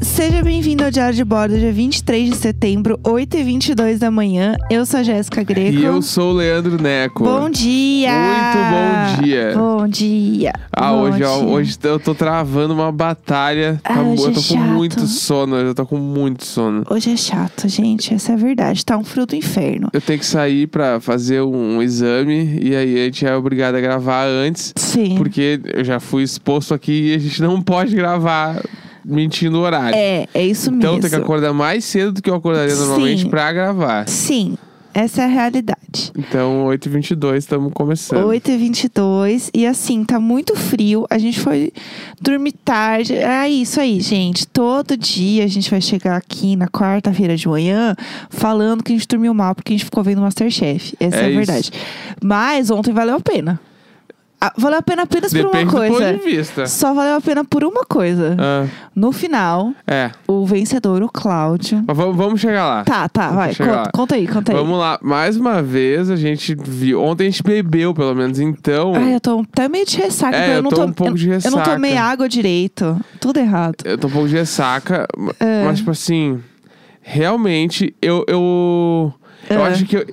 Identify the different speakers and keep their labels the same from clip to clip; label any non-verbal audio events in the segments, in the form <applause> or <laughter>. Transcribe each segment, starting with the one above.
Speaker 1: Seja bem-vindo ao Diário de Bordo, dia 23 de setembro, 8h22 da manhã. Eu sou a Jéssica Greco.
Speaker 2: E eu sou o Leandro Neco.
Speaker 1: Bom dia!
Speaker 2: Muito bom dia.
Speaker 1: Bom dia!
Speaker 2: Ah,
Speaker 1: Bom
Speaker 2: hoje, ó,
Speaker 1: dia.
Speaker 2: hoje eu tô travando uma batalha.
Speaker 1: Ah,
Speaker 2: Tá bom,
Speaker 1: hoje é
Speaker 2: eu tô com
Speaker 1: chato.
Speaker 2: muito sono, eu tô com muito sono.
Speaker 1: Hoje é chato, gente. Essa é a verdade. Tá um frio do inferno.
Speaker 2: Eu tenho que sair pra fazer um exame e aí a gente é obrigado a gravar antes,
Speaker 1: Sim.
Speaker 2: porque eu já fui exposto aqui e a gente <laughs> não pode gravar mentindo o horário.
Speaker 1: É, é isso
Speaker 2: então tem que
Speaker 1: mesmo.
Speaker 2: acordar mais cedo do que eu acordaria
Speaker 1: Sim.
Speaker 2: normalmente pra gravar.
Speaker 1: Sim, essa é a realidade.
Speaker 2: Então, 8h22, estamos começando.
Speaker 1: 8h22 e assim, tá muito frio. A gente foi dormir tarde. É isso aí, gente. Todo dia a gente vai chegar aqui na quarta-feira de manhã falando que a gente dormiu mal porque a gente ficou vendo Masterchef. Essa é,
Speaker 2: É
Speaker 1: a
Speaker 2: isso.
Speaker 1: verdade. Mas ontem valeu a pena. Ah, valeu a pena apenas por uma
Speaker 2: Depende do
Speaker 1: coisa.
Speaker 2: ponto de vista.
Speaker 1: Só valeu a pena por uma coisa.
Speaker 2: Ah,
Speaker 1: No final,
Speaker 2: é,
Speaker 1: o vencedor, o Cláudio.
Speaker 2: mas vamos, vamos chegar lá.
Speaker 1: Tá, tá, vai.
Speaker 2: chegar
Speaker 1: Conta,
Speaker 2: lá.
Speaker 1: conta aí, conta Tá aí.
Speaker 2: Vamos lá, mais uma vez a gente viu. Ontem a gente bebeu, pelo menos, então.
Speaker 1: Ai, eu tô até meio de ressaca.
Speaker 2: É,
Speaker 1: porque
Speaker 2: eu
Speaker 1: não
Speaker 2: tô
Speaker 1: to-
Speaker 2: um pouco de
Speaker 1: eu- Eu não
Speaker 2: ressaca.
Speaker 1: tomei água direito. Tudo errado.
Speaker 2: Eu tô um pouco de ressaca, ma-
Speaker 1: É.
Speaker 2: mas, tipo assim, realmente eu. Eu, eu
Speaker 1: É.
Speaker 2: acho que eu,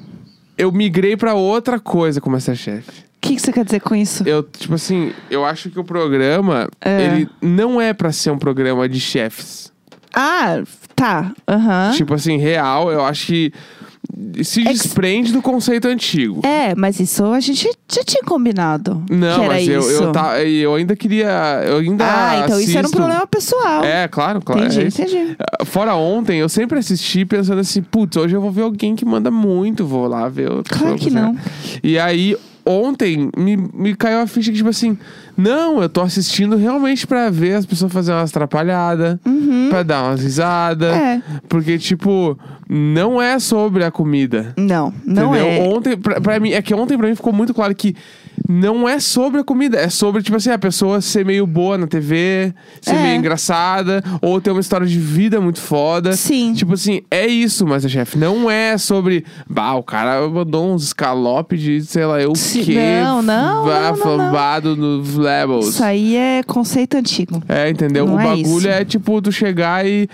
Speaker 2: eu migrei pra outra coisa com o Masterchef.
Speaker 1: O que, que você quer dizer com isso?
Speaker 2: Eu, tipo assim, eu acho que o programa,
Speaker 1: É.
Speaker 2: ele não é pra ser um programa de chefes.
Speaker 1: Ah, tá. Aham.
Speaker 2: Tipo assim, real, eu acho que se
Speaker 1: É que-
Speaker 2: desprende do conceito antigo.
Speaker 1: É, mas isso a gente já tinha combinado.
Speaker 2: Não,
Speaker 1: É que era
Speaker 2: mas
Speaker 1: isso.
Speaker 2: eu, eu, tá, eu ainda queria. Eu ainda
Speaker 1: Ah, então isso era um
Speaker 2: assisto-
Speaker 1: problema pessoal.
Speaker 2: É, claro, claro.
Speaker 1: entendi,
Speaker 2: é isso.
Speaker 1: entendi.
Speaker 2: Fora ontem, eu sempre assisti pensando assim, putz, hoje eu vou ver alguém que manda muito, vou lá ver. o-
Speaker 1: Claro que não.
Speaker 2: E aí, ontem, me, me caiu a ficha que, tipo assim, não, eu tô assistindo realmente pra ver as pessoas fazerem umas atrapalhadas, pra dar umas risadas.
Speaker 1: Uhum. É.
Speaker 2: Porque, tipo, não é sobre a comida.
Speaker 1: Não, não
Speaker 2: entendeu?
Speaker 1: é.
Speaker 2: Ontem, pra, pra mim, é que ontem pra mim ficou muito claro que não é sobre a comida, é sobre, tipo assim, a pessoa ser meio boa na TV, ser
Speaker 1: É.
Speaker 2: meio engraçada, ou ter uma história de vida muito foda.
Speaker 1: Sim.
Speaker 2: Tipo assim, é isso, Masterchef. Não é sobre, bah, o cara mandou uns escalope de, sei lá, eu o
Speaker 1: Sim,
Speaker 2: quê.
Speaker 1: não, não,
Speaker 2: vá,
Speaker 1: não, não,
Speaker 2: flambado no levels.
Speaker 1: Isso aí é conceito antigo.
Speaker 2: É, entendeu?
Speaker 1: Não
Speaker 2: o
Speaker 1: é
Speaker 2: bagulho
Speaker 1: isso.
Speaker 2: é tipo tu chegar e.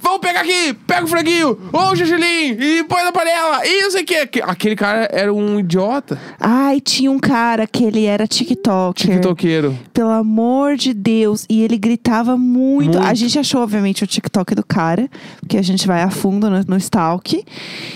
Speaker 2: Vamos pegar aqui! Pega o franguinho! Ou o gergelim! E põe na panela! E não sei o quê! Aque- Aquele cara era um idiota.
Speaker 1: Ai, tinha um cara que ele era TikToker.
Speaker 2: TikTokeiro.
Speaker 1: Pelo amor de Deus. E ele gritava muito.
Speaker 2: Muito.
Speaker 1: A gente achou, obviamente, o TikTok do cara, porque a gente vai a fundo no, no stalk.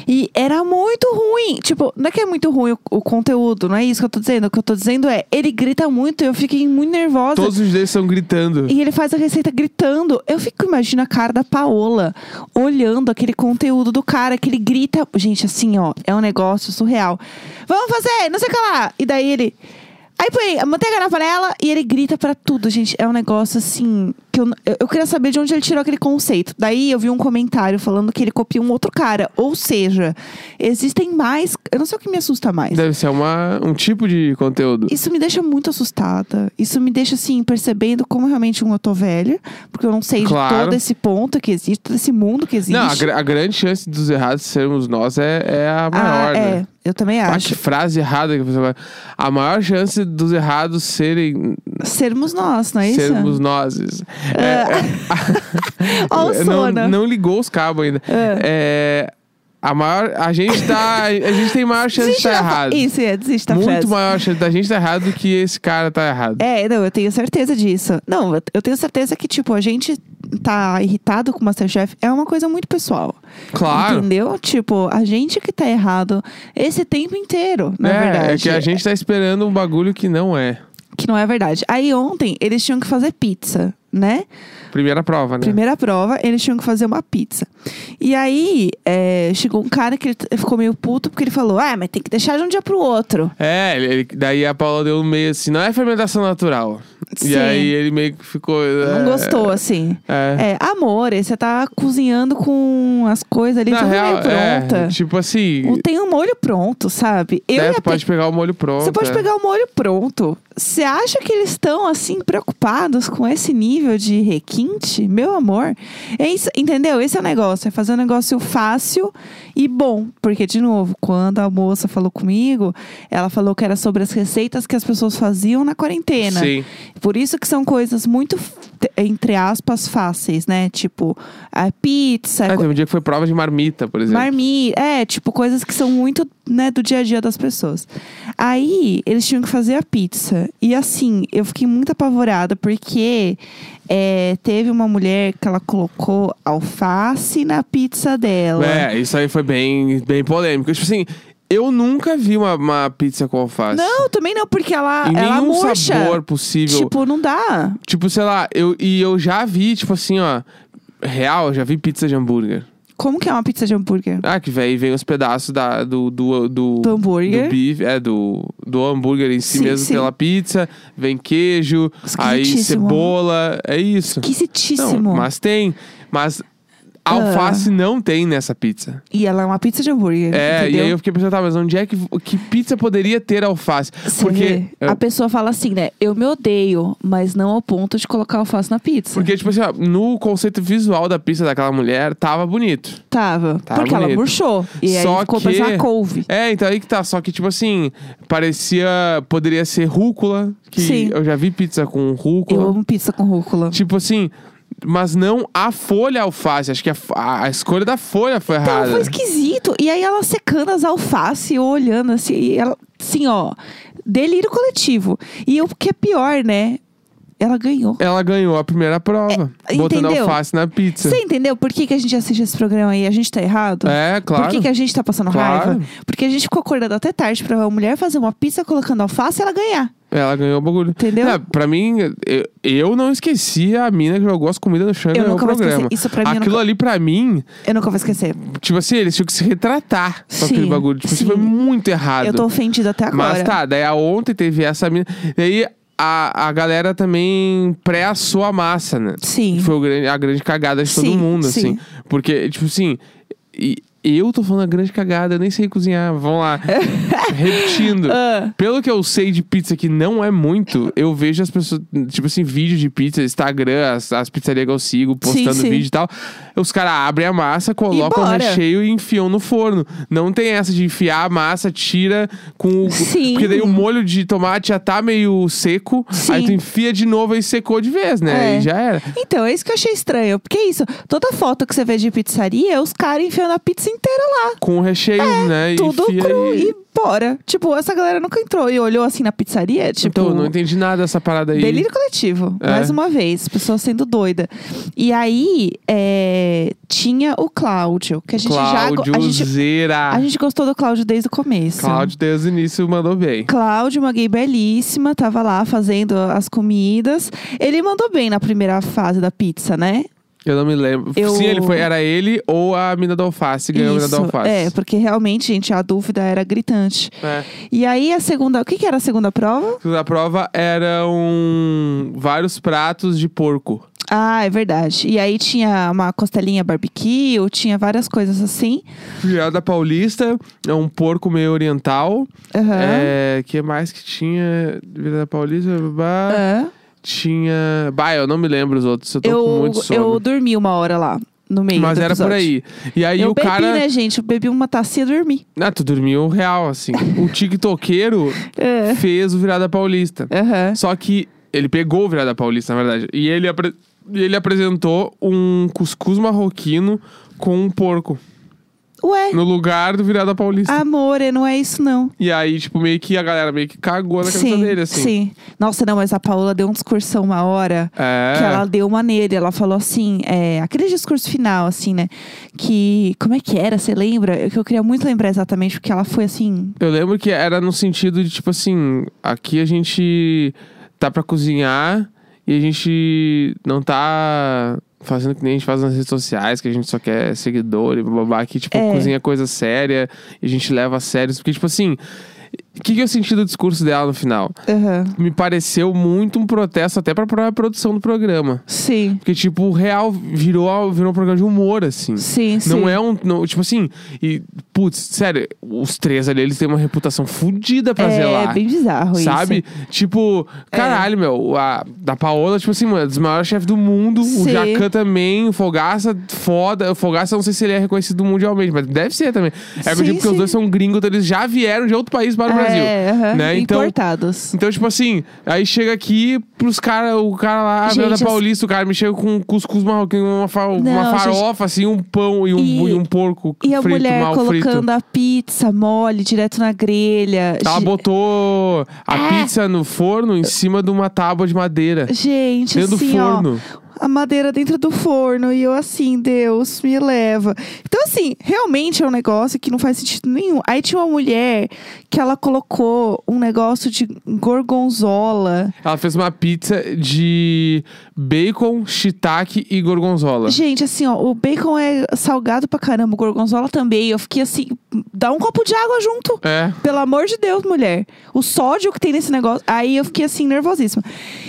Speaker 1: E era muito ruim. Tipo, não é que é muito ruim o, o conteúdo, não é isso que eu tô dizendo. O que eu tô dizendo é, ele grita muito e eu fiquei muito nervosa.
Speaker 2: Todos os deles estão gritando.
Speaker 1: E ele faz a receita gritando. Eu fico, imagina a cara da Paola olhando aquele conteúdo do cara que ele grita. Gente, assim, ó, é um negócio surreal. Vamos fazer, não sei o que lá. E daí ele. Aí põe a manteiga na panela e ele grita pra tudo, gente. É um negócio assim. que eu, n- eu- eu queria saber de onde ele tirou aquele conceito. Daí eu vi um comentário falando que ele copia um outro cara. Ou seja, existem mais. Eu não sei o que me assusta mais.
Speaker 2: Deve ser uma, um tipo de conteúdo.
Speaker 1: Isso me deixa muito assustada. Isso me deixa, assim, percebendo como realmente um eu tô velha. Porque eu não sei de
Speaker 2: Claro.
Speaker 1: todo esse ponto que existe, todo esse mundo que existe.
Speaker 2: Não, a, gra- a grande chance dos errados sermos nós é, é a maior,
Speaker 1: ah,
Speaker 2: né?
Speaker 1: é. Eu também
Speaker 2: Ah, que
Speaker 1: acho.
Speaker 2: frase errada que a pessoa vai. A maior chance dos errados serem
Speaker 1: Sermos nós, não é isso? Ah,
Speaker 2: sermos nós. É, é-
Speaker 1: Ó o
Speaker 2: não,
Speaker 1: Sona.
Speaker 2: não ligou os cabos ainda. É, a maior. A gente tá. A gente tem maior chance de
Speaker 1: Desiste
Speaker 2: estar
Speaker 1: da-
Speaker 2: errado.
Speaker 1: Isso, é, desiste da
Speaker 2: Muito
Speaker 1: frase.
Speaker 2: maior chance da gente estar errado do que esse cara tá errado.
Speaker 1: É, não, eu tenho certeza disso. Não, eu- eu tenho certeza que, tipo, a gente tá irritado com o Masterchef é uma coisa muito pessoal.
Speaker 2: Claro.
Speaker 1: Entendeu? Tipo, a gente que tá errado esse tempo inteiro, na
Speaker 2: é,
Speaker 1: verdade.
Speaker 2: é que a gente tá esperando um bagulho que não é.
Speaker 1: Que não é verdade. Aí ontem eles tinham que fazer pizza, né?
Speaker 2: É. Primeira prova, né?
Speaker 1: Primeira prova, eles tinham que fazer uma pizza. E aí é, chegou um cara que ele t- ficou meio puto porque ele falou: Ah, mas tem que deixar de um dia pro outro.
Speaker 2: É, ele- ele- daí a Paula deu um meio assim, não é fermentação natural.
Speaker 1: Sim.
Speaker 2: E aí ele meio que ficou. é,
Speaker 1: Não gostou, assim. É,
Speaker 2: É.
Speaker 1: amor, você tá cozinhando com as coisas ali,
Speaker 2: Na
Speaker 1: tudo
Speaker 2: real,
Speaker 1: meio pronta.
Speaker 2: é, tipo assim.
Speaker 1: Não Tem um molho pronto, sabe? Eu
Speaker 2: né,
Speaker 1: ia
Speaker 2: tu pode pegar o molho pronto.
Speaker 1: Você pode
Speaker 2: é.
Speaker 1: pegar o molho pronto. Você acha que eles estão, assim, preocupados com esse nível de requinte? Meu amor. É isso, entendeu? Esse é o negócio. É fazer um negócio fácil e bom. Porque, de novo, quando a moça falou comigo, ela falou que era sobre as receitas que as pessoas faziam na quarentena.
Speaker 2: Sim.
Speaker 1: Por isso que são coisas muito f- te- entre aspas, fáceis, né? Tipo, a pizza,
Speaker 2: Ah,
Speaker 1: Tá, co-
Speaker 2: teve um dia que foi prova de marmita, por exemplo.
Speaker 1: marmi, é, tipo, coisas que são muito, né, do dia a dia das pessoas. Aí, eles tinham que fazer a pizza. E assim, eu fiquei muito apavorada, porque é, teve uma mulher que ela colocou alface na pizza dela.
Speaker 2: É, isso aí foi bem, bem polêmico. Tipo assim, eu nunca vi uma, uma pizza com alface.
Speaker 1: Não, também não, porque ela,
Speaker 2: Em
Speaker 1: ela
Speaker 2: nenhum
Speaker 1: murcha.
Speaker 2: sabor possível.
Speaker 1: Tipo, não dá.
Speaker 2: Tipo, sei lá, eu, e eu já vi, tipo assim, ó. Real, eu já vi pizza de hambúrguer.
Speaker 1: Como que é uma pizza de hambúrguer?
Speaker 2: Ah, que vem, vem os pedaços da, do, do, do.
Speaker 1: Do hambúrguer.
Speaker 2: Do bife, é, do, do hambúrguer em si
Speaker 1: Sim,
Speaker 2: mesmo
Speaker 1: sim. é
Speaker 2: pela pizza. Vem queijo, aí
Speaker 1: Esquisitíssimo.
Speaker 2: cebola. É isso.
Speaker 1: Esquisitíssimo.
Speaker 2: Não, mas tem. Mas
Speaker 1: Ah.
Speaker 2: alface não tem nessa pizza.
Speaker 1: E ela é uma pizza de hambúrguer.
Speaker 2: É,
Speaker 1: entendeu?
Speaker 2: e aí eu fiquei pensando, tá, mas onde é que. Que pizza poderia ter alface?
Speaker 1: Você
Speaker 2: porque. é,
Speaker 1: vê, a pessoa fala assim, né? Eu me odeio, mas não ao ponto de colocar alface na pizza.
Speaker 2: Porque, tipo assim, ó, no conceito visual da pizza daquela mulher, tava bonito.
Speaker 1: Tava.
Speaker 2: Tava
Speaker 1: porque ela
Speaker 2: Tá bonito.
Speaker 1: murchou. E
Speaker 2: Só
Speaker 1: aí ficou
Speaker 2: que-
Speaker 1: parecendo uma couve.
Speaker 2: É, então aí que tá. Só que, tipo assim, parecia. Poderia ser rúcula. Que
Speaker 1: Sim.
Speaker 2: eu já vi pizza com rúcula.
Speaker 1: Eu amo pizza com rúcula.
Speaker 2: Tipo assim, mas não a folha alface. Acho que a, f- a- a escolha da folha foi
Speaker 1: Então
Speaker 2: errada.
Speaker 1: foi esquisito. E aí ela secando as alfaces, eu olhando assim, e ela, assim, ó, delírio coletivo. E o que é pior, né? Ela ganhou.
Speaker 2: Ela ganhou a primeira prova,
Speaker 1: É,
Speaker 2: botando
Speaker 1: entendeu?
Speaker 2: alface na pizza.
Speaker 1: Você entendeu por que, que a gente assiste esse programa aí? A gente tá errado?
Speaker 2: É, claro.
Speaker 1: Por que, que a gente tá passando
Speaker 2: Claro.
Speaker 1: raiva? Porque a gente ficou acordado até tarde pra ver uma mulher fazer uma pizza colocando alface e ela ganhar.
Speaker 2: Ela ganhou o bagulho.
Speaker 1: Entendeu?
Speaker 2: Não, pra mim, eu, eu não esqueci a mina que jogou as comidas no chão e
Speaker 1: Eu
Speaker 2: ganhou o
Speaker 1: nunca vou
Speaker 2: programa.
Speaker 1: esquecer. Isso pra mim, eu
Speaker 2: Aquilo
Speaker 1: nunca-
Speaker 2: ali, pra mim,
Speaker 1: Eu nunca vou esquecer.
Speaker 2: tipo assim, eles tinham que se retratar com aquele
Speaker 1: Sim,
Speaker 2: bagulho. Tipo, isso
Speaker 1: sim.
Speaker 2: foi muito errado.
Speaker 1: Eu tô ofendida até agora.
Speaker 2: Mas tá, daí a ontem teve essa mina. E aí a, a galera também pré-assou a massa, né?
Speaker 1: Sim.
Speaker 2: Foi o grande- a grande cagada de todo
Speaker 1: Sim,
Speaker 2: mundo,
Speaker 1: sim.
Speaker 2: assim. Porque, tipo assim. e- eu tô falando a grande cagada, eu nem sei cozinhar.
Speaker 1: <laughs>
Speaker 2: Vamos lá. Repetindo.
Speaker 1: Ah.
Speaker 2: Pelo que eu sei de pizza, que não é muito, eu vejo as pessoas, tipo assim, vídeo de pizza, Instagram, as, as pizzarias que eu sigo, postando
Speaker 1: sim.
Speaker 2: vídeo e tal. Os caras abrem a massa, colocam o
Speaker 1: bora.
Speaker 2: recheio e enfiam no forno. Não tem essa de enfiar a massa, tira com o.
Speaker 1: Sim.
Speaker 2: Porque daí o molho de tomate já tá meio seco.
Speaker 1: Sim.
Speaker 2: Aí tu enfia de novo e secou de vez, né?
Speaker 1: É.
Speaker 2: Aí já era.
Speaker 1: Então, é isso que eu achei estranho. Porque é isso, toda foto que você vê de pizzaria é os caras enfiando a pizza inteira lá.
Speaker 2: Com o recheio, né?
Speaker 1: É, tudo
Speaker 2: e enfia
Speaker 1: cru
Speaker 2: e-
Speaker 1: e... bora. Tipo, essa galera nunca entrou e olhou assim na pizzaria, tipo...
Speaker 2: Então, eu não entendi nada dessa parada aí.
Speaker 1: Delírio coletivo,
Speaker 2: É.
Speaker 1: mais uma vez, pessoa sendo doida. E aí, é, tinha o Cláudio, que a gente já. A
Speaker 2: Cláudio
Speaker 1: gente,
Speaker 2: Zera.
Speaker 1: a gente gostou do Cláudio desde o começo.
Speaker 2: Cláudio, desde o início, mandou bem.
Speaker 1: Cláudio, uma gay belíssima, tava lá fazendo as comidas. Ele mandou bem na primeira fase da pizza, né?
Speaker 2: Eu não me lembro.
Speaker 1: Eu-
Speaker 2: Sim, ele foi, era ele ou a mina do alface, ganhou a mina
Speaker 1: Isso,
Speaker 2: do alface.
Speaker 1: é, porque realmente, gente, a dúvida era gritante.
Speaker 2: É.
Speaker 1: E aí a segunda. O que, que era a segunda prova?
Speaker 2: A prova eram vários pratos de porco.
Speaker 1: Ah, é verdade. E aí tinha uma costelinha barbecue, tinha várias coisas assim.
Speaker 2: Filial da Paulista, é um porco meio oriental.
Speaker 1: Aham.
Speaker 2: É, que mais que tinha? Vila da Paulista, babá.
Speaker 1: Aham.
Speaker 2: tinha. Bah, eu não me lembro os outros, eu É, tô com
Speaker 1: É. Eu,
Speaker 2: muito sono.
Speaker 1: eu dormi uma hora lá, no meio
Speaker 2: Mas
Speaker 1: do
Speaker 2: era por
Speaker 1: episódio.
Speaker 2: aí. E aí
Speaker 1: eu
Speaker 2: o
Speaker 1: bebi,
Speaker 2: cara.
Speaker 1: né, gente? Eu bebi uma tacinha e dormi.
Speaker 2: Ah, tu dormiu real, assim. O TikTokeiro
Speaker 1: <laughs> É.
Speaker 2: fez o Virada Paulista.
Speaker 1: Aham.
Speaker 2: Só que ele pegou o Virada Paulista, na verdade. E ele, apre- e ele apresentou um cuscuz marroquino com um porco.
Speaker 1: Ué,
Speaker 2: No lugar do Virada Paulista.
Speaker 1: amor, não é isso não.
Speaker 2: E aí, tipo, meio que a galera meio que cagou na cabeça
Speaker 1: sim,
Speaker 2: dele, assim.
Speaker 1: sim. Nossa, não, mas a Paola deu um discursão uma hora
Speaker 2: É.
Speaker 1: que ela deu uma nele. Ela falou assim, é, aquele discurso final, assim, né? Que, como é que era? Você lembra? Eu, que eu queria muito lembrar exatamente, porque ela foi assim...
Speaker 2: Eu lembro que era no sentido de, tipo assim, aqui a gente tá pra cozinhar e a gente não tá fazendo que nem a gente faz nas redes sociais, que a gente só quer seguidor e babá. Aqui, tipo,
Speaker 1: É.
Speaker 2: cozinha coisa séria e a gente leva a sério. Porque, tipo assim, o que, que eu senti do discurso dela no final?
Speaker 1: Aham.
Speaker 2: Me pareceu muito um protesto até pra própria produção do programa.
Speaker 1: Sim,
Speaker 2: Porque, tipo, o real virou, virou um programa de humor, assim.
Speaker 1: sim, sim.
Speaker 2: Não é um. não, tipo assim, e, putz, sério, os três ali, eles têm uma reputação fodida pra zelar.
Speaker 1: É bem bizarro
Speaker 2: Sabe?
Speaker 1: isso. É.
Speaker 2: Tipo, caralho, meu. A, da Paola, tipo assim, mano, dos maiores chefes do mundo. O
Speaker 1: Sim.
Speaker 2: Jacan também. O Fogaça, foda. O Fogaça, eu não sei se ele é reconhecido mundialmente, mas deve ser também. É que eu
Speaker 1: Sim,
Speaker 2: digo porque os
Speaker 1: sim. É,
Speaker 2: dois são gringos, então eles já vieram de outro país para o Brasil.
Speaker 1: aham.
Speaker 2: né? Então-
Speaker 1: Importados.
Speaker 2: Então, tipo assim, aí chega aqui pros caras, o cara lá, a
Speaker 1: Gente,
Speaker 2: Venda
Speaker 1: as-
Speaker 2: Paulista, o cara me chega com um cuscuz marroquino, uma, fa- uma
Speaker 1: Não, gente.
Speaker 2: farofa, assim, um pão e um,
Speaker 1: E-
Speaker 2: e um porco
Speaker 1: E a
Speaker 2: frito,
Speaker 1: mulher
Speaker 2: mal
Speaker 1: colocando
Speaker 2: frito.
Speaker 1: a pizza mole direto na grelha.
Speaker 2: Ela
Speaker 1: Ge-
Speaker 2: botou a
Speaker 1: É.
Speaker 2: pizza no forno em cima de uma tábua de madeira.
Speaker 1: Gente,
Speaker 2: Dentro do
Speaker 1: assim,
Speaker 2: forno.
Speaker 1: ó. A madeira dentro do forno. E eu assim, Deus, me leva. Então, assim, realmente é um negócio que não faz sentido nenhum. Aí tinha uma mulher que ela colocou um negócio de gorgonzola.
Speaker 2: Ela fez uma pizza de bacon, shiitake e gorgonzola.
Speaker 1: Gente, assim, ó, o bacon é salgado pra caramba, o gorgonzola também. Eu fiquei assim, dá um copo de água junto.
Speaker 2: É.
Speaker 1: Pelo amor de Deus, mulher. O sódio que tem nesse negócio. Aí eu fiquei assim, nervosíssima.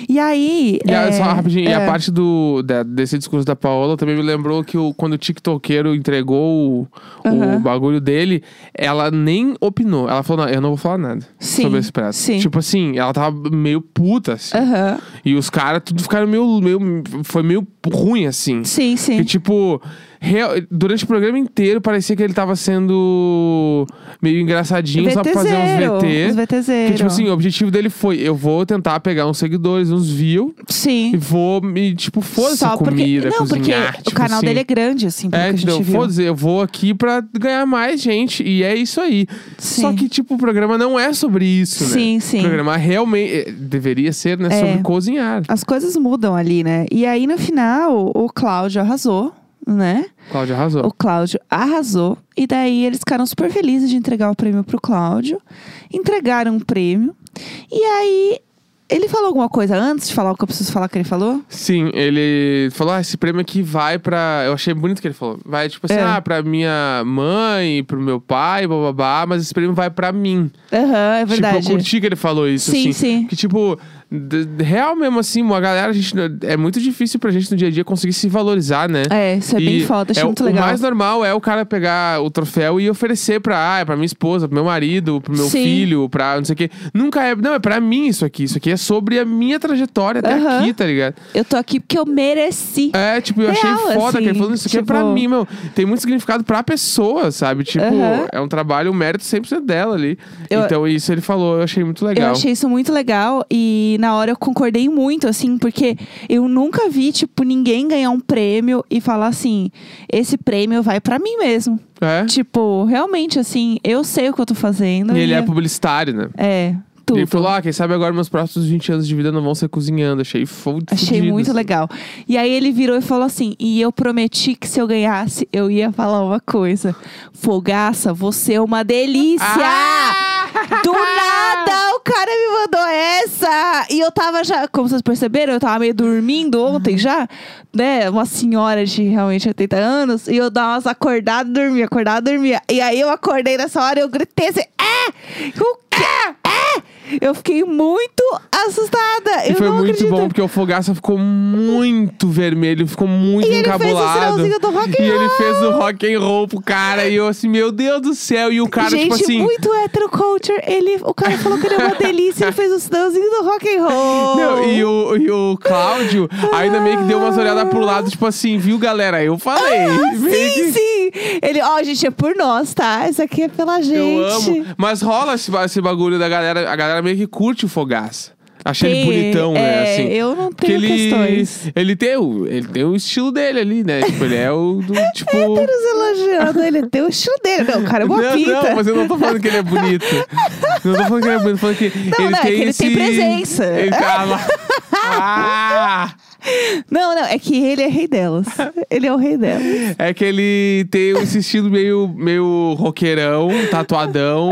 Speaker 1: E aí.
Speaker 2: E a,
Speaker 1: é,
Speaker 2: só rapidinho, e a
Speaker 1: é.
Speaker 2: parte do, da- desse discurso da Paola também me lembrou que o- quando o TikTokeiro entregou o, o
Speaker 1: Aham.
Speaker 2: bagulho dele, ela nem opinou. Ela falou: não, eu não vou falar nada
Speaker 1: Sim,
Speaker 2: sobre esse prato.
Speaker 1: sim.
Speaker 2: Tipo assim, ela tava meio puta, assim.
Speaker 1: Aham.
Speaker 2: E os caras tudo ficaram meio, meio. Foi meio ruim, assim.
Speaker 1: Sim, sim.
Speaker 2: Que, tipo, real- durante o programa inteiro parecia que ele tava sendo meio engraçadinho só pra fazer
Speaker 1: VTzeiro,
Speaker 2: uns VT.
Speaker 1: Os VTzeiro.
Speaker 2: que, tipo assim, o objetivo dele foi: eu vou tentar pegar uns seguidores, uns views, e
Speaker 1: Sim.
Speaker 2: vou me, tipo, foda-se a
Speaker 1: Só porque...
Speaker 2: comida,
Speaker 1: Não, porque
Speaker 2: cozinhar. tipo
Speaker 1: o canal dele é grande, assim, pelo
Speaker 2: É,
Speaker 1: que a gente
Speaker 2: não,
Speaker 1: viu.
Speaker 2: foda-se, eu vou aqui pra ganhar mais gente. E é isso aí.
Speaker 1: Sim.
Speaker 2: Só que, tipo, o programa não é sobre isso, né?
Speaker 1: Sim, sim.
Speaker 2: O programa realmente eh, deveria ser, né?
Speaker 1: É.
Speaker 2: Sobre cozinhar.
Speaker 1: As coisas mudam ali, né? E aí, no final, o Cláudio arrasou, né?
Speaker 2: Cláudia arrasou.
Speaker 1: O Cláudio arrasou. E daí eles ficaram super felizes de entregar o prêmio pro Cláudio. Entregaram o prêmio. E aí. Ele falou alguma coisa antes de falar o que eu preciso falar que ele falou?
Speaker 2: Sim, ele falou: ah, esse prêmio aqui vai pra. Eu achei bonito que ele falou. Vai, tipo assim,
Speaker 1: É.
Speaker 2: ah, pra minha mãe, pro meu pai, bababá, mas esse prêmio vai pra mim.
Speaker 1: Aham, é verdade.
Speaker 2: Tipo, eu curti que ele falou isso,
Speaker 1: Sim,
Speaker 2: assim.
Speaker 1: sim.
Speaker 2: Que, tipo, d- d- real mesmo, assim, a galera, a gente, não- é muito difícil pra gente no dia a dia conseguir se valorizar, né?
Speaker 1: É, isso é bem
Speaker 2: E
Speaker 1: foda, achei
Speaker 2: é o-
Speaker 1: muito legal.
Speaker 2: O mais normal é o cara pegar o troféu e oferecer pra, ah, é pra minha esposa, pro meu marido, pro meu
Speaker 1: Sim.
Speaker 2: filho, pra não sei o quê. Nunca é. Não, é pra mim isso aqui. Isso aqui é sobre a minha trajetória até
Speaker 1: Aham.
Speaker 2: aqui, tá ligado?
Speaker 1: Eu tô aqui porque eu mereci.
Speaker 2: É, tipo, eu
Speaker 1: Real,
Speaker 2: achei foda
Speaker 1: assim,
Speaker 2: que ele falando isso aqui é pra
Speaker 1: tipo-
Speaker 2: mim, meu. Tem muito significado pra pessoa, sabe? Tipo,
Speaker 1: Aham.
Speaker 2: é um trabalho, um mérito 100% dela ali.
Speaker 1: Eu-
Speaker 2: Então, isso ele falou, eu achei muito legal.
Speaker 1: Eu achei isso muito legal e na hora eu concordei muito, assim, porque eu nunca vi, tipo, ninguém ganhar um prêmio e falar assim: esse prêmio vai pra mim mesmo.
Speaker 2: É?
Speaker 1: Tipo, realmente, assim, eu sei o que eu tô fazendo.
Speaker 2: E ele é
Speaker 1: eu-
Speaker 2: publicitário, né?
Speaker 1: É, tudo.
Speaker 2: Ele falou, ah, quem sabe agora meus próximos 20 anos de vida não vão ser cozinhando. Achei foda.
Speaker 1: Achei
Speaker 2: assim.
Speaker 1: muito legal. E aí ele virou e falou assim: e eu prometi que se eu ganhasse, eu ia falar uma coisa. Fogaça, você é uma delícia!
Speaker 2: Ah!
Speaker 1: Do nada o cara me mandou essa! E eu tava já, como vocês perceberam, eu tava meio dormindo ontem já, né? Uma senhora de realmente 80 anos, e eu dava umas acordadas, dormia, acordada, dormia. E aí eu acordei nessa hora e eu gritei assim: é! O quê? É! Eu fiquei muito assustada.
Speaker 2: E
Speaker 1: eu
Speaker 2: foi
Speaker 1: não
Speaker 2: muito
Speaker 1: acredito.
Speaker 2: bom, porque o Fogaça ficou muito vermelho, ficou muito
Speaker 1: E ele fez o
Speaker 2: encabulado.
Speaker 1: sinalzinho do rock and
Speaker 2: e ele
Speaker 1: roll.
Speaker 2: fez o rock and roll pro cara. E eu assim, meu Deus do céu. E o cara,
Speaker 1: Gente,
Speaker 2: tipo assim.
Speaker 1: muito hétero culture. Ele, o cara falou que ele é uma delícia e fez o sinalzinho do rock and roll.
Speaker 2: Não, e o, e o Cláudio
Speaker 1: <laughs>
Speaker 2: ainda meio que deu umas olhadas pro lado, tipo assim, viu, galera? Eu falei. meio
Speaker 1: É, Ah, Sim,
Speaker 2: que-
Speaker 1: sim. Ele, ó, gente, é por nós, tá? Isso aqui é pela gente.
Speaker 2: Eu amo. Mas rola esse, ba- esse bagulho da galera. A galera meio que curte o Fogaça. Achei ele
Speaker 1: Tem-
Speaker 2: bonitão, né?
Speaker 1: é,
Speaker 2: Assim.
Speaker 1: eu não
Speaker 2: Porque
Speaker 1: tenho
Speaker 2: ele,
Speaker 1: questões.
Speaker 2: Ele tem, o, ele tem o estilo dele ali, né? Tipo, ele é o
Speaker 1: <laughs>
Speaker 2: do, tipo...
Speaker 1: Héteros elogiando ele, tem o estilo dele. Não, o cara é uma
Speaker 2: <laughs> não,
Speaker 1: pinta.
Speaker 2: não, mas eu não tô falando que ele é bonito. não tô falando que ele é bonito, tô falando que
Speaker 1: Não,
Speaker 2: ele
Speaker 1: não, é
Speaker 2: tem
Speaker 1: que ele
Speaker 2: esse...
Speaker 1: tem presença.
Speaker 2: Ele tá
Speaker 1: <laughs>
Speaker 2: lá. Ah!
Speaker 1: não, não, é que ele é rei delas. ele é o rei delas.
Speaker 2: É que ele tem esse estilo meio, meio roqueirão, tatuadão.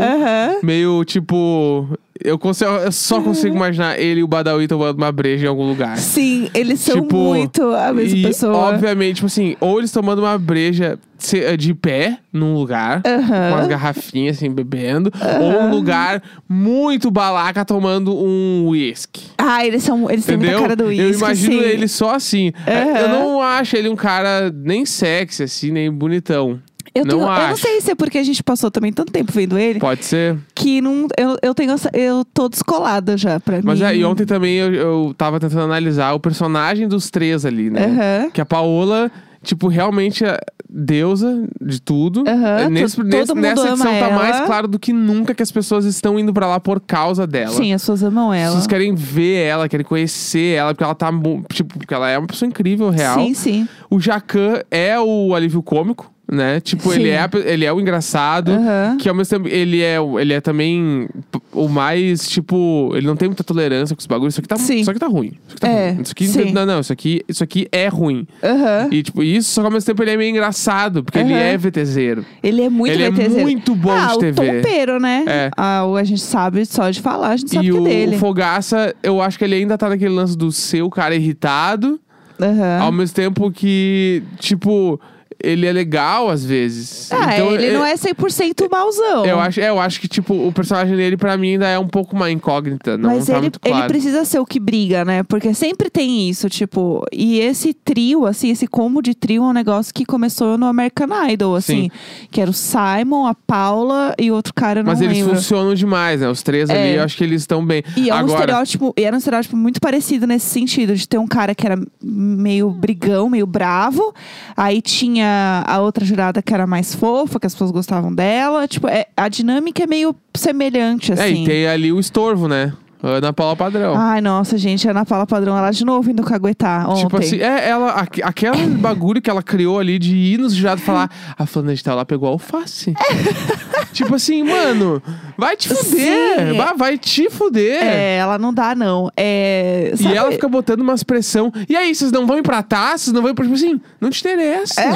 Speaker 1: <laughs> Aham.
Speaker 2: Meio tipo. Eu, consigo, eu só consigo imaginar ele e o Badawi tomando uma breja em algum lugar.
Speaker 1: Sim, eles são
Speaker 2: tipo,
Speaker 1: muito a mesma
Speaker 2: e,
Speaker 1: pessoa.
Speaker 2: Obviamente, tipo assim, ou eles tomando uma breja se- eh, de pé num lugar,
Speaker 1: Aham.
Speaker 2: com as garrafinhas assim, bebendo, ou um lugar muito balaca tomando um uísque.
Speaker 1: Ah, eles são. Eles têm
Speaker 2: Entendeu?
Speaker 1: muita cara do uísque.
Speaker 2: eu imagino
Speaker 1: sim.
Speaker 2: ele só assim.
Speaker 1: Aham.
Speaker 2: Eu não acho ele um cara nem sexy, assim, nem bonitão.
Speaker 1: Eu,
Speaker 2: não
Speaker 1: tenho- eu
Speaker 2: acho.
Speaker 1: não sei se é porque a gente passou também tanto tempo vendo ele
Speaker 2: Pode ser.
Speaker 1: que não, eu, eu tenho essa- eu tô descolada já pra
Speaker 2: Mas
Speaker 1: mim.
Speaker 2: é, e ontem também eu, eu tava tentando analisar o personagem dos três ali, né?
Speaker 1: Aham.
Speaker 2: Que a Paola tipo, realmente a deusa de tudo.
Speaker 1: Aham,
Speaker 2: É, nesse-
Speaker 1: to- todo
Speaker 2: nesse-
Speaker 1: mundo
Speaker 2: nessa edição
Speaker 1: ama
Speaker 2: tá
Speaker 1: ela.
Speaker 2: mais claro do que nunca que as pessoas estão indo pra lá por causa dela.
Speaker 1: Sim, as pessoas amam
Speaker 2: As
Speaker 1: ela.
Speaker 2: pessoas querem ver ela, querem conhecer ela, porque ela tá. mu- Tipo, porque ela é uma pessoa incrível, real.
Speaker 1: Sim, sim.
Speaker 2: O Jacan é o alívio cômico, né? Tipo, ele
Speaker 1: Sim.
Speaker 2: é, a pe- ele é o engraçado.
Speaker 1: Aham.
Speaker 2: Que ao mesmo tempo, ele é, o- ele é também p- o mais, tipo, ele não tem muita tolerância com os bagulhos. Isso aqui tá,
Speaker 1: Sim.
Speaker 2: isso aqui tá ruim. Isso aqui tá
Speaker 1: É,
Speaker 2: ruim. Isso aqui,
Speaker 1: sim.
Speaker 2: não, não, isso aqui, isso aqui é ruim.
Speaker 1: Aham.
Speaker 2: E, tipo, isso, só que ao mesmo tempo ele é meio engraçado, porque ele
Speaker 1: Aham.
Speaker 2: é VTZero.
Speaker 1: Ele é muito
Speaker 2: Ele é
Speaker 1: VTZero.
Speaker 2: muito bom
Speaker 1: ah,
Speaker 2: de
Speaker 1: o
Speaker 2: TV.
Speaker 1: Tompeiro, né?
Speaker 2: É.
Speaker 1: Ah, o- a gente sabe só de falar, a gente sabe
Speaker 2: e
Speaker 1: que é
Speaker 2: o,
Speaker 1: dele.
Speaker 2: o Fogaça, eu acho que ele ainda tá naquele lance do ser o cara irritado,
Speaker 1: Aham.
Speaker 2: ao mesmo tempo que, tipo, ele é legal às vezes.
Speaker 1: Ah,
Speaker 2: então,
Speaker 1: ele
Speaker 2: é-
Speaker 1: não é 100% mauzão.
Speaker 2: Eu acho, é, eu acho que, tipo, o personagem dele, pra mim, ainda é um pouco uma incógnita. Não
Speaker 1: Mas
Speaker 2: tá
Speaker 1: ele,
Speaker 2: muito claro.
Speaker 1: ele precisa ser o que briga, né? Porque sempre tem isso, tipo. E esse trio, assim, esse combo de trio é um negócio que começou no American Idol, assim. Que era o Simon, a Paula e outro cara, eu não
Speaker 2: Mas eles
Speaker 1: lembro. É.
Speaker 2: funcionam demais, né? Os três ali, eu acho que eles estão bem.
Speaker 1: E é um
Speaker 2: Agora,
Speaker 1: estereótipo, e era um estereótipo muito parecido nesse sentido, de ter um cara que era meio brigão, meio bravo. Aí tinha a outra jurada que era mais fofa, que as pessoas gostavam dela. Tipo, é- a dinâmica é meio semelhante, assim.
Speaker 2: É, e tem ali o estorvo, né? Ana Paula Padrão.
Speaker 1: Ai, nossa, gente, a Ana Paula Padrão, ela de novo indo caguetar Ah, ontem.
Speaker 2: Tipo assim, é, ela, aque- aquele
Speaker 1: <coughs>
Speaker 2: bagulho que ela criou ali de ir nos jurados e falar, a fulana de tal lá
Speaker 1: <laughs>
Speaker 2: pegou alface. tipo assim, mano, vai te fuder,
Speaker 1: Sim.
Speaker 2: vai, vai te fuder.
Speaker 1: É, ela não dá, não. É,
Speaker 2: E
Speaker 1: sabe-
Speaker 2: ela fica botando umas pressão. E aí, vocês não vão empratar? Vocês não vão empratar? Tipo assim, não te interessa.
Speaker 1: É?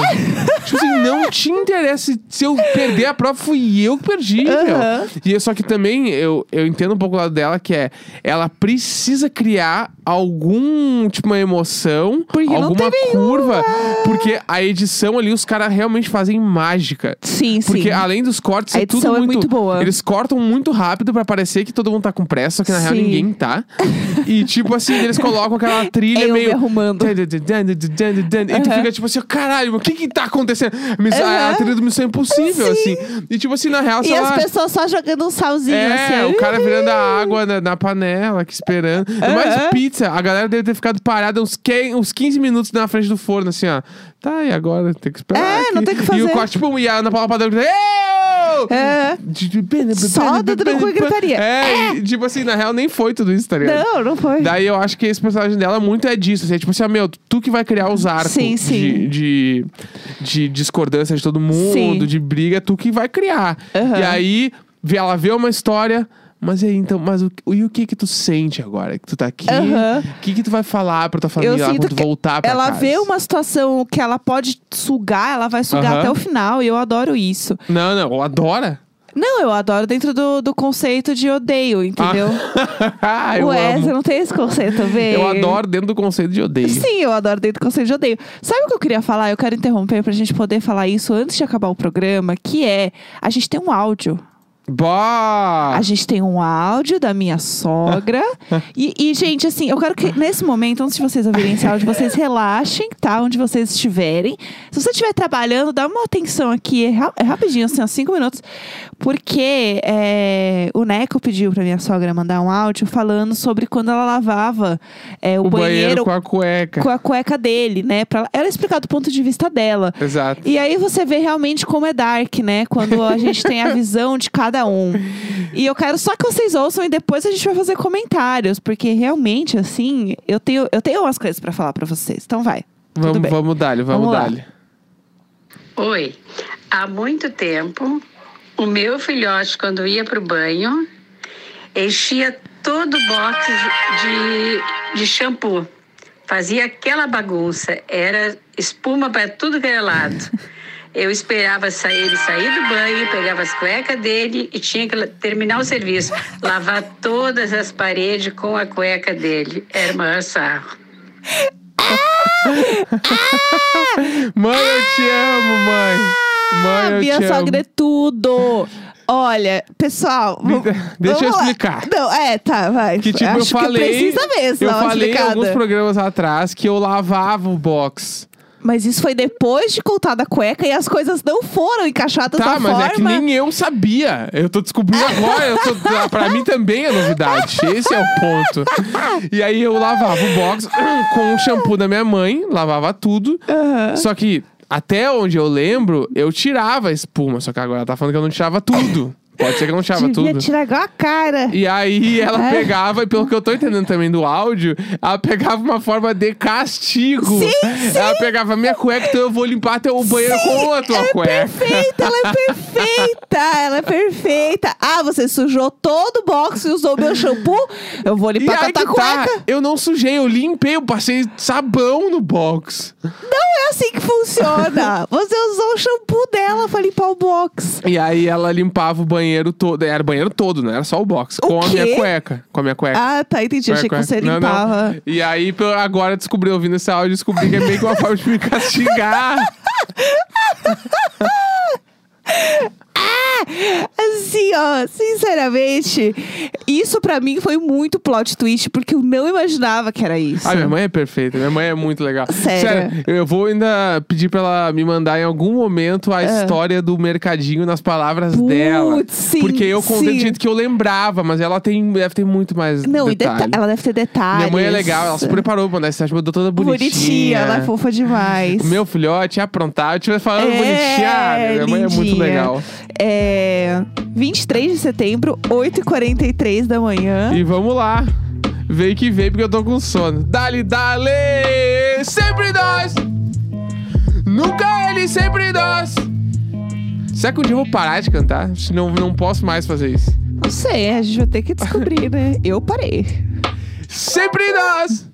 Speaker 2: Tipo assim, não te interessa. Se eu perder a prova, fui eu que perdi, meu.
Speaker 1: Aham.
Speaker 2: E eu- só que também, eu, eu entendo um pouco o lado dela, que é... Ela precisa criar algum, tipo, uma emoção.
Speaker 1: Porque não
Speaker 2: alguma
Speaker 1: teve
Speaker 2: curva. Porque a edição ali, os caras realmente fazem mágica.
Speaker 1: Sim, sim.
Speaker 2: Porque além dos cortes,
Speaker 1: A
Speaker 2: é tudo
Speaker 1: edição é
Speaker 2: muito,
Speaker 1: muito boa.
Speaker 2: Eles cortam muito rápido pra parecer que todo mundo tá com pressa, só que na real
Speaker 1: Sim.
Speaker 2: ninguém tá. e tipo assim, eles colocam aquela
Speaker 1: É
Speaker 2: trilha
Speaker 1: <laughs> eu me
Speaker 2: meio.
Speaker 1: arrumando.
Speaker 2: E tu
Speaker 1: Aham.
Speaker 2: fica tipo assim, caralho, mas o que que tá acontecendo? Miss-
Speaker 1: Aham.
Speaker 2: A trilha do Missão Impossível,
Speaker 1: Sim.
Speaker 2: assim. E tipo assim, na real,
Speaker 1: E
Speaker 2: sei lá.
Speaker 1: as pessoas só jogando um salzinho, assim.
Speaker 2: É,
Speaker 1: ó.
Speaker 2: o cara virando a água na, na panela, aqui esperando. Mas
Speaker 1: Aham.
Speaker 2: pizza, a galera deve ter ficado parada uns, que, uns 15 minutos na frente do forno, assim, ó. Tá, e agora? Tem que esperar.
Speaker 1: É,
Speaker 2: aqui.
Speaker 1: não tem o que
Speaker 2: E o
Speaker 1: fazer.
Speaker 2: corte, tipo, e a Ana Paula Padrão grita, "Eu!"
Speaker 1: É.
Speaker 2: De- de- pena,
Speaker 1: Só
Speaker 2: pena,
Speaker 1: dedo no
Speaker 2: pena,
Speaker 1: cu e
Speaker 2: pena.
Speaker 1: gritaria.
Speaker 2: É, e, tipo assim, na real nem foi tudo isso, tá ligado?
Speaker 1: Uhum. Não, não foi.
Speaker 2: Daí eu acho que esse personagem dela muito é disso. Assim, é tipo assim, ah, meu, tu que vai criar os arcos
Speaker 1: Sim,
Speaker 2: De,
Speaker 1: sim.
Speaker 2: de, de discordância de todo mundo,
Speaker 1: Sim.
Speaker 2: de briga, é tu que vai criar.
Speaker 1: Aham.
Speaker 2: E aí vê- ela vê uma história. Mas e aí, então, mas o, e o que que tu sente agora que tu tá aqui?
Speaker 1: Aham.
Speaker 2: O que que tu vai falar pra tua família
Speaker 1: Eu
Speaker 2: lá
Speaker 1: sinto
Speaker 2: quando tu
Speaker 1: que
Speaker 2: voltar pra
Speaker 1: ela
Speaker 2: casa?
Speaker 1: vê uma situação que ela pode sugar, ela vai sugar
Speaker 2: Aham.
Speaker 1: até o final, e eu adoro isso.
Speaker 2: Não, não, ela adora.
Speaker 1: Não, eu adoro dentro do, do conceito de odeio, entendeu?
Speaker 2: Ah, <laughs> eu
Speaker 1: Ué,
Speaker 2: amo.
Speaker 1: você não tem esse
Speaker 2: <laughs>
Speaker 1: conceito, vê?
Speaker 2: Eu adoro dentro do conceito de odeio.
Speaker 1: Sim, eu adoro dentro do conceito de odeio. Sabe o que eu queria falar? Eu quero interromper pra gente poder falar isso antes de acabar o programa, que é, a gente tem um áudio.
Speaker 2: Bah!
Speaker 1: A gente tem um áudio da minha sogra. e, e, gente, assim, eu quero que nesse momento, antes de vocês ouvirem esse áudio, vocês relaxem, tá? Onde vocês estiverem. Se você estiver trabalhando, dá uma atenção aqui, é, ra- é rapidinho, assim, ó, cinco minutos. Porque é, o Neco pediu pra minha sogra mandar um áudio falando sobre quando ela lavava é, o,
Speaker 2: o
Speaker 1: banheiro,
Speaker 2: com a cueca.
Speaker 1: com a cueca dele, né? Pra, ela- ela explicar do ponto de vista dela.
Speaker 2: Exato.
Speaker 1: E aí você vê realmente como é dark, né? Quando a gente tem
Speaker 2: <laughs>
Speaker 1: a visão de cada um. E eu quero só que vocês ouçam e depois a gente vai fazer comentários, porque realmente, assim, eu tenho, eu tenho umas coisas pra falar pra vocês. Então vai. Tudo
Speaker 2: Vamos,
Speaker 1: bem.
Speaker 2: vamos dar-lhe, vamos,
Speaker 1: Vamos lá.
Speaker 2: dar-lhe.
Speaker 3: Oi, há muito tempo, o meu filhote, quando ia para o banho, enchia todo o box de, de shampoo. Fazia aquela bagunça, era espuma para tudo que era lado. Eu esperava sa- ele sair do banho, pegava as cuecas dele e tinha que la- terminar o serviço. Lavar todas as paredes com a cueca dele. Era o maior sarro.
Speaker 2: Mãe, eu te amo, mãe. Mãe, eu
Speaker 1: Ah, minha
Speaker 2: te
Speaker 1: sogra é
Speaker 2: amo.
Speaker 1: tudo! Olha, pessoal.
Speaker 2: Me-
Speaker 1: vamos-
Speaker 2: deixa eu
Speaker 1: vamos lá.
Speaker 2: explicar.
Speaker 1: Não, é, tá, vai.
Speaker 2: Que tipo,
Speaker 1: Acho
Speaker 2: eu falei.
Speaker 1: que precisa mesmo.
Speaker 2: eu
Speaker 1: dar uma
Speaker 2: falei em
Speaker 1: explicada.
Speaker 2: alguns programas atrás que eu lavava o box.
Speaker 1: Mas isso foi depois de contar da cueca e as coisas não foram encaixadas
Speaker 2: Tá,
Speaker 1: da
Speaker 2: mas
Speaker 1: forma.
Speaker 2: é que nem eu sabia. Eu
Speaker 1: <laughs>
Speaker 2: tô descobrindo agora. Eu tô, tá, pra mim também é novidade. Esse é o ponto. E aí eu lavava o box <clears throat> com o shampoo da minha mãe, lavava tudo.
Speaker 1: Aham.
Speaker 2: Só que, até onde eu lembro, eu tirava a espuma. Só que agora ela tá falando que eu não tirava tudo. Pode ser que eu não tirava
Speaker 1: Devia
Speaker 2: tudo.
Speaker 1: tirar igual a cara.
Speaker 2: E aí ela
Speaker 1: É.
Speaker 2: pegava, e pelo que eu tô entendendo também do áudio, ela pegava uma forma de castigo.
Speaker 1: Sim,
Speaker 2: Ela pegava minha cueca, então eu vou limpar teu banheiro com a tua
Speaker 1: ela é
Speaker 2: cueca.
Speaker 1: perfeita, ela é perfeita, ela é perfeita. Ah, você sujou todo o box e usou meu shampoo? Eu vou
Speaker 2: E
Speaker 1: limpar com a
Speaker 2: aí
Speaker 1: tua
Speaker 2: que tá,
Speaker 1: cueca.
Speaker 2: eu não sujei, eu limpei, eu passei sabão no box.
Speaker 1: Não é assim que funciona. Você usou o shampoo dela pra limpar o box.
Speaker 2: E aí ela limpava o banheiro todo, era o banheiro todo, não era só o box,
Speaker 1: O
Speaker 2: com a minha
Speaker 1: quê?
Speaker 2: cueca, com a minha cueca.
Speaker 1: Ah, tá, entendi. Achei que
Speaker 2: Cueca,
Speaker 1: você
Speaker 2: cueca. Não, não.
Speaker 1: limpava.
Speaker 2: E aí, pe- agora descobri, ouvindo esse áudio, descobri que é meio que uma forma de me <laughs> castigar.
Speaker 1: Assim, ó, sinceramente, isso pra mim foi muito plot twist, porque eu não imaginava que era isso.
Speaker 2: Ah, minha mãe é perfeita, minha mãe é muito legal.
Speaker 1: Sério?
Speaker 2: eu vou ainda pedir pra ela me mandar em algum momento a história do mercadinho nas palavras
Speaker 1: Ah. Putz,
Speaker 2: dela.
Speaker 1: sim,
Speaker 2: porque eu contei
Speaker 1: sim.
Speaker 2: do jeito que eu lembrava, mas ela tem, deve ter muito mais.
Speaker 1: Não, e
Speaker 2: detalhe.
Speaker 1: deta- ela deve ter detalhes.
Speaker 2: Minha mãe é legal, ela se preparou pra mandar essa mandou toda bonitinha.
Speaker 1: Bonitinha, ela é fofa demais.
Speaker 2: O meu filhote ia aprontar, eu estiver falando bonitinha. Ah, Minha mãe é muito
Speaker 1: É, lindinha.
Speaker 2: legal.
Speaker 1: É. 23 de setembro, 8h43 da manhã.
Speaker 2: E vamos lá. Vem que vem, porque eu tô com sono. Dali, dali! Sempre nós! Nunca ele, sempre nós! Será que um dia eu vou parar de cantar? Senão eu não posso mais fazer isso.
Speaker 1: Não sei, a gente vai ter que descobrir, né? Eu parei.
Speaker 2: Sempre nós!